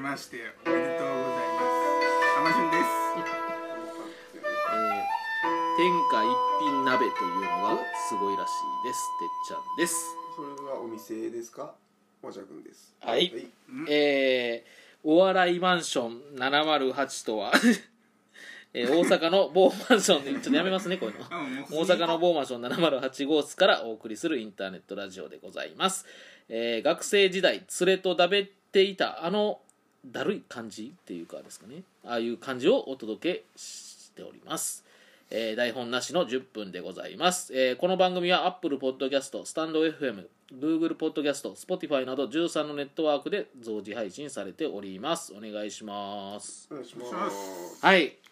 ましておめでとうございます。浜順です。えー天下一品鍋というのがすごいらしいですてっちゃんですそれはお店ですかおじゃくんですはいはい、えーお笑いマンション708とは えー大阪の某マンションでちょっとやめますねこういうのあもう大阪の某マンション708号室からお送りするインターネットラジオでございます、えー学生時代連れとだべっていたあのだるい感じっていうかですかねああいう感じをお届けしておりますえー台本なしの10分でございます、えーこの番組は Apple Podcast、StandFM、Google Podcast、Spotify など13のネットワークで同時配信されておりますお願いしますお願いしまお願いしすはい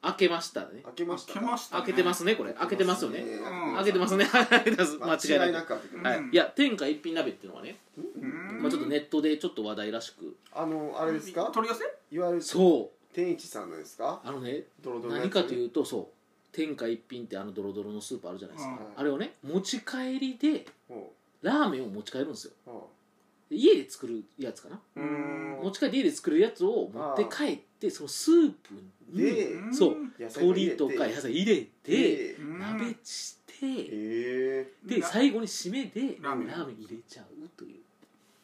開けましたね開けました来ましたね開けてますねこれ開けてますよねうん開けてますね 開けてます間間違違いいななくく開けてはまはいすうんいや天下一品鍋っていうのはね、うんまあ、ちょっとネットでちょっと話題らしくあのあれですか取り寄せ？いわゆるそ天一さんのですかうあのねドロドロのやつ何かというとそう天下一品ってあのドロドロのスープあるじゃないですか、うんあれをね持ち帰りでほラーメンを持ち帰るんですようほで家で作るやつかなうううんん持ち帰り家で作るやつを持って帰ってそのスープにでうんそう野菜も入鶏れてとか野菜入れてでうん鍋してええで最後に締めでララーーメメンン入れちゃうという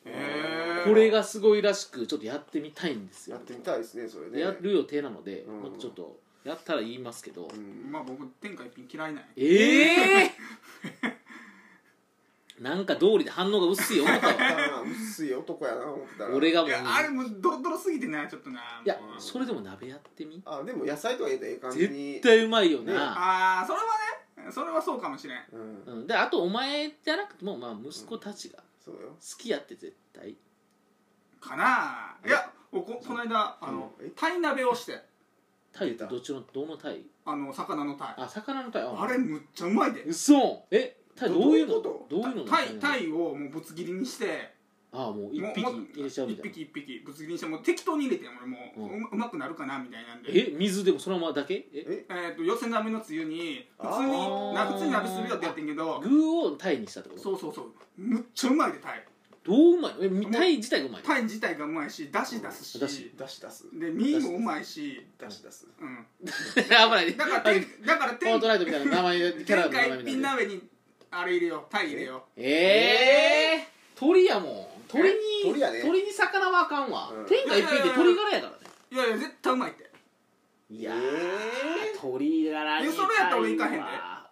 えーこれがすごいらしくちょっとやってみたいんですよやってみたいですねそれねやる予定なので、うんもっとちょっとやったら言いますけど、うんまあ僕天下一品嫌いない。ええー、なんか道理で反応が薄い思ったわあー薄い男やな思ってたら俺がもういいやあれもうドロドロすぎてなちょっとな。やもうそれでも鍋やってみあでも野菜とか入れたらええ感じに絶対うまいよねな、ああそれはねそれはそうかもしれん。うんうん、であとお前じゃなくても、まあ、息子たちがそうよ好きやって絶対かなあ。いやおここの間あのうんえ鯛鍋をしてタイってどっちのどのタイあの魚の鯛。あ魚のタイああれむっちゃうまいで。嘘えタイどういうのどどういうのタイイ鯛をもうぶつ切りにして。ああもう一もう匹も入れちゃうみたい一な匹一匹ぶつ切りにしてもう適当に入れて俺もう,、ううまうまくなるかなみたいなんでええ水でもそのままだけええー、と寄せ鍋のつゆに普通あーにな普通に鍋するよってやってんけど具をタイにしたってことそうそうそうむっちゃうまいでタイどううまいえみタイ自体がうまいタイ自体がうまいしだし出すしだし出し出すで身もうまいし出し出すうん 危ないねだからてんだからフォ天ートナイトみたいな名前でキャラ天の名下一前みたい品な鍋にあれ入れようタイ入れよええー、鳥やもん鳥にえ鳥やね鳥に魚はあかんわ、うん天下一品って鳥柄やからねういやいや絶対うまいっていやー、鳥柄にえそれやったら俺行かへんで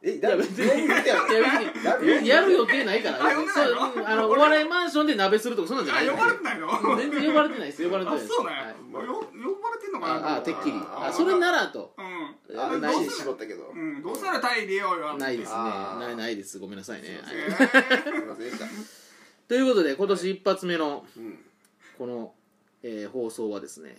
えいやだ別にどういうことやろいや別にややるる予定ないからあ呼んでないのそううんあのお笑いマンションで鍋するとかそんなんじゃあない呼ばれてないのあ全然呼ばれてないです呼ばれてないですそうなんや、はいよ呼ばれてんのかなああてっきりああそれならとうんああなないいでですす絞ったけど、うん、どうしたらタイ入れようよないですねあーないないですごめんなさいねはいえーすいませんでしたということで今年一発目のうんこの、えー放送はですね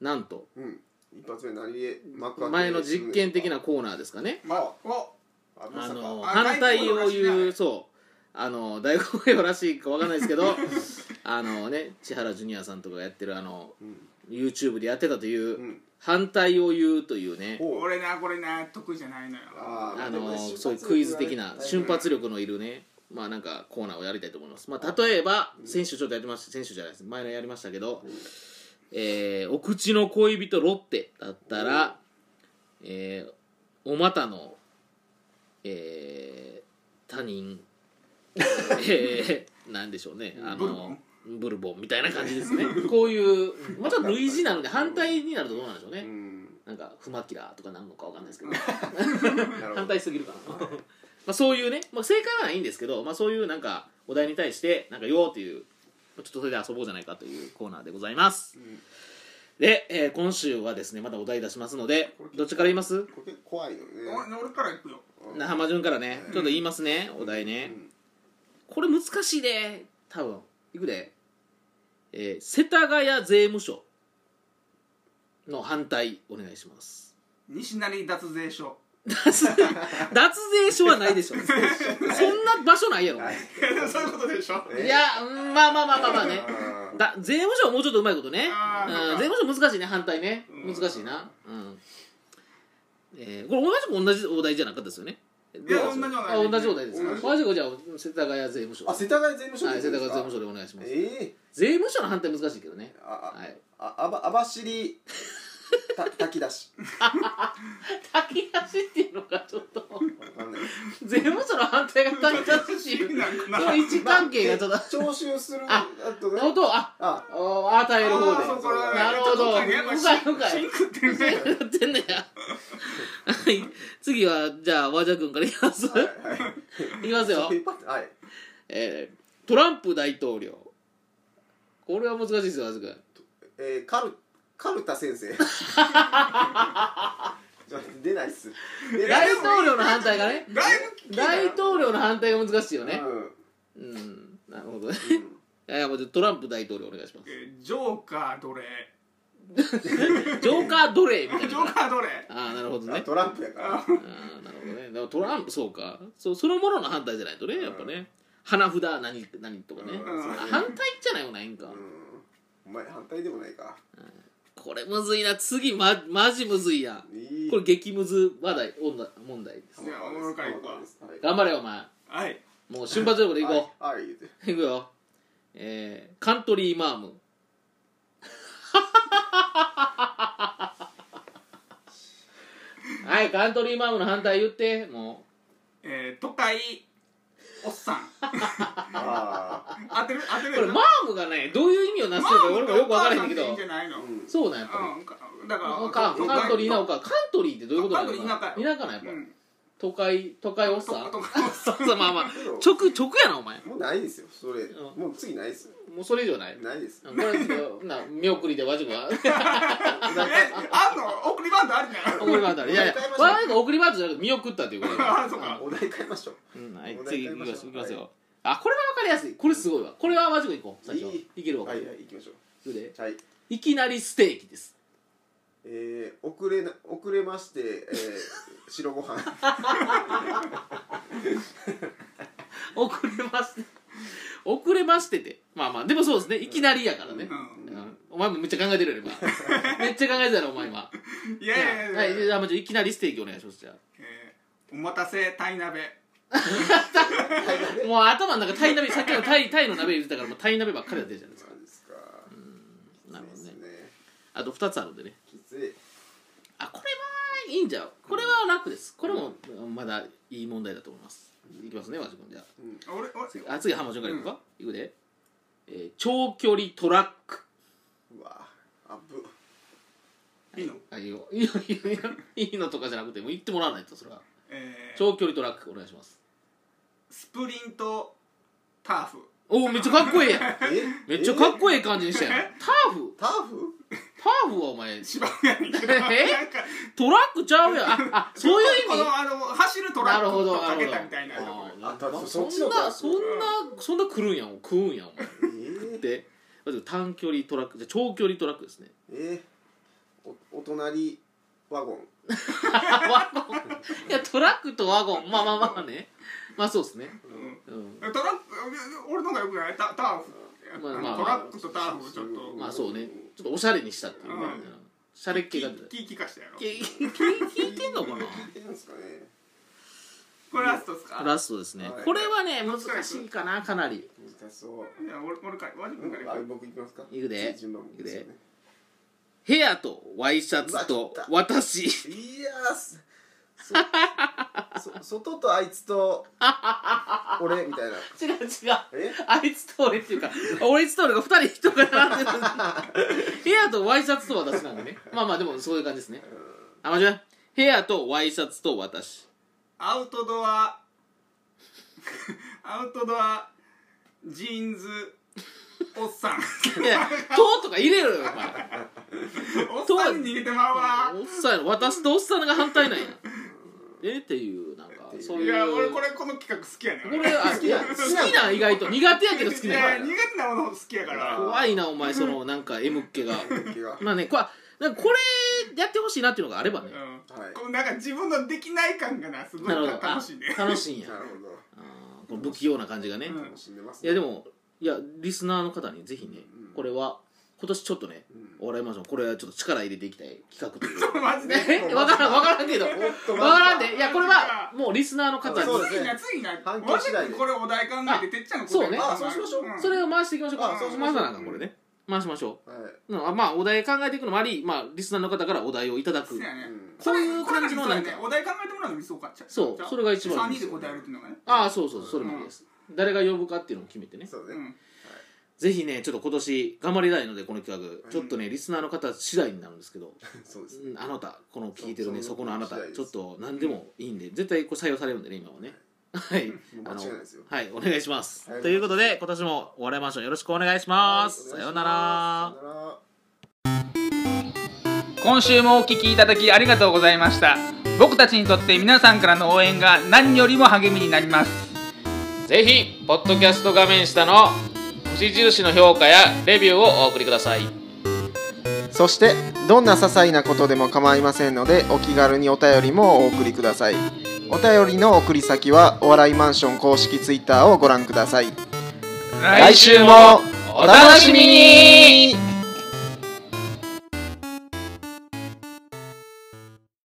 なんとうん一発目何で幕開け前の実験的なコーナーですかねまあ、 おあまあさかのあ反対を大好言う評そうあの大好評らしいかわかんないですけど あのね千原ジュニアさんとかがやってるあのうん YouTube でやってたといううん反対を言うというねほう俺なこれな得意じゃないのよあーあでものねそういうクイズ的瞬な発瞬発力のいるねまあなんかコーナーをやりたいと思いますまあ例えば先週ちょっとやってました先週じゃないです前のやりましたけどえーお口の恋人ロッテだったらえーお股のえー他 人えーなんでしょうねあブルボのンブルボンみたいな感じですねこういうまあちょっと類似なので反対になるとどうなんでしょうねうんなんか不マキラーとかなんのかわかんないですけどなるほ反ど対すぎるかな、 まあそういうね、まあ、正解はないんですけど、まあ、そういうなんかお題に対してなんかよーっていうまあちょっとそれで遊ぼうじゃないかというコーナーでございます、んで、えー今週はですねまたお題出しますのでどっちから言いますこれ結構怖いよね俺俺から行くよ那覇順からねちょっと言いますねお題ね、これ難しいで多分いくで、えー世田谷税務署の反対お願いし ます西成脱税所 脱税脱税所はないでしょそんな場所ないやろ、はいそういうことでしょえいや、うんまあまあまあまあまあね。あーだ税務署はもうちょっとうまいことね。あーうそんうか税務署難しいね、反対ね。うん難しいな。うん。えーこれ同じく同じお題じゃなかったですよね。いやど同うじようなあ同じようなです同か同じじようじゃあ世田谷税務署あ世田谷税務署はい、世田谷税務署署でお願いします。ええ税務署の判定難しいけどね。ああ、はい。ああばあばしりた炊き出し炊き出しっていうのがちょっと、 わかんない税務署の判定が炊き出しっていう、なんかなその位置関係がちょっと、徴収するあとねなるほど、あ、あお与えるあ方ーそうで。これはなるほどちょっとやっぱ深い深いシンクってるねやってんねや。 はい。次は、じゃあ、和田君からいきます。はいいきますよはい。はいえー、トランプ大統領。これは難しいですよ、和田君。えー、カルカルタ 先生ちょっと出ない っす出大っす統領の反対がね。だいぶ大統領の反対が難しいよねう。んうんうん。なるほどね。えー、もうちょっとトランプ大統領お願いします。えージョーカー どれジョーカー奴隷みたジいョーな。カーどれああ、なるほどあね。トランプやからあーなるほどね。でもトランプ、そうか。そうそのものの反対じゃないとね、やっぱね。花札何何とかね。うんあ反対じゃないもないんかう。んお前反対でもないかこれむずいな。次、ま、マジむずいや。いいこれ激ムズ話題、問題問題です。じゃあおもろかいかはい頑張れよ、お前。はいもう瞬発力でいこう。はいはい言うていくよ。えー、カントリーマーム。はい、カントリーマームの反対言って、もえー都会おっさんあ当てる当てう。るこれ、マームがね、どういう意味をなしてるか俺もよくわからへんけどマームってお母さっていいんじゃないのあうんそうなんやっぱうんかだからり。カンカントリーなおか、カントリーってどういうことなのカントリー田舎田舎なんやっぱ。うん都会、都会おっさん。都会おっさん そうそう、まあまあ、直、直やな、お前。もうないですよそれうんもう次ないですもうそれ以上ない。ないですうんこれ、な、見送りでわじは。えあんの送りバントあるんじゃない 送りバントあるいやいや、わなんか送りバントじゃなくて見送ったと いうことだか らあそうかお題変えましょうん、はいお、題次変え行きまましすょう行きますよ。あ、これは分かりやすい。これすごいわ。これはマジで行こう。最初いい。いけるうわ。こはれいはい行きましょどれうはいいきなりステーキです。えー遅れな遅れましてえー白 ご飯遅れまして。遅れましてて。まあまあ、でもそうですね。いきなりやからね。ううんお前もめっちゃ考えてるよ、今。 めっちゃ考えてたよ、お前今。んいやいやいやはい、いやじゃあ、まあちょいきなりステーキお願いします、じゃあ。えーお待たせ鯛鍋もう頭の中、タイ鍋、さっきのタイ、タイの鍋入れてたから、もうタイ鍋ばっかりやってるじゃないですか。そうですかなるほどねそう。ですねあと2つあるんでね。きついあ、これはいいんじゃう。これは楽です。これもまだいい問題だと思います。いきますね、和君じゃあ。あ俺俺あ次浜ちゃんからいくか、いくで、えー長距離トラックうわあぶいいのあいいよいいよいいよいいのとかじゃなくてもう言ってもらわないとそれはえー長距離トラックお願いしますスプリントターフ おおめっちゃかっこええやんえめっちゃかっえこええ感じにしたやんターフターフターフはお前芝生やねんけどえなんかトラックちゃうやんああそういう意こ味のあの走るトラなるッほクとどなかるけほどたみたいなとこあーあたそそっちんのトラッなクそんなそんな来るんやん食うん やんお前えっーてまず短距離トラックじゃあ長距離トラックですね えーおお隣ワゴンあワゴンいやトラックとワゴンまあまあまあねまあそうですねうんトラック俺の方がよくないタターフまああまあのトラックとターフをちょっまとあそうね、ちょっとおしゃれにしたっていうね、うんうんしゃれっ気が出て。聞き聞かしたやろ聞いてんの か聞いてんすかねこれラストっすかなラストですね。これはね、難しいかな、かなり。難しそういや俺俺かワジ君からあ行く僕行きますか行くで順番僕ですよねヘアとワイシャツと 私。いやーす そそ外とあいつと俺みたいな違う違う。えあいつと俺っていうか、俺いつと俺が二人人が並んでるんですヘアとワイシャツと私なんでね。まあまあ、でもそういう感じですね。あ、まじめ。ヘアとワイシャツと私。アウトドア アウトドアジーンズおっ さんいや、ととか入れろよ、お前。おっさんに逃げてまうわおっさんやろ。私とおっさんが反対なんや。えっていう、なんか、そういう。いや俺これこの企画好きやねんこれあ好きな好きなん意外と苦手やけど好きいなやん苦手なもの好きやから怖いなお前そのなんか M っ気が気がまあねこわなんかこれやってほしいなっていうのがあればねうんはいこうなんか自分のできない感がなすごいなるほどあ楽しいね楽しいんやなるあーこの不器用な感じがねうんほど楽しんでますいやでもいやリスナーの方にぜひねこれは今年ちょっとね、お笑いマンションこれはちょっと力入れていきたい企画 というかマジでえ 分からん分からん けど分からんでいやこれはもうリスナーの方にそうです次な次な反響わ次しゃ第くでんこれお題考えててっちゃんがそうね答えあそうしましょうんそれを回していきましょうかあそうし回ましょうさなあかんこれね回しましょはう、うんあまあお題考えていくのもあり、まあ、リスナーの方からお題をいただくそうやねうんそれこういう感じのこれが理想なやんかねお題考えてもらうの理想かちゃそうちゃそれが一番三いい人でですよ答えるっていうのがねああそうそうそれもいいです、誰が呼ぶかっていうのを決めてねいそううねんぜひねちょっと今年頑張りたいのでこの企画、ちょっとねリスナーの方次第になるんですけどそうですうんあなたこの聞いてるねそそこそのあのなた次第でちょっすと何でもいいんで絶対これ採用されるんでね今はねはいもう間違いないですよあのはいお願いしますはいということで今年もお笑いマンションよろしくお願いしますさようならさよなら今週もお聞きいただきありがとうございました僕たちにとって皆さんからの応援が何よりも励みになりますぜひポッドキャスト画面下の星印の評価やレビューをお送りくださいそしてどんな些細なことでも構いませんのでお気軽にお便りもお送りくださいお便りの送り先はお笑いマンション公式 Twitter をご覧ください来来週もお楽しみに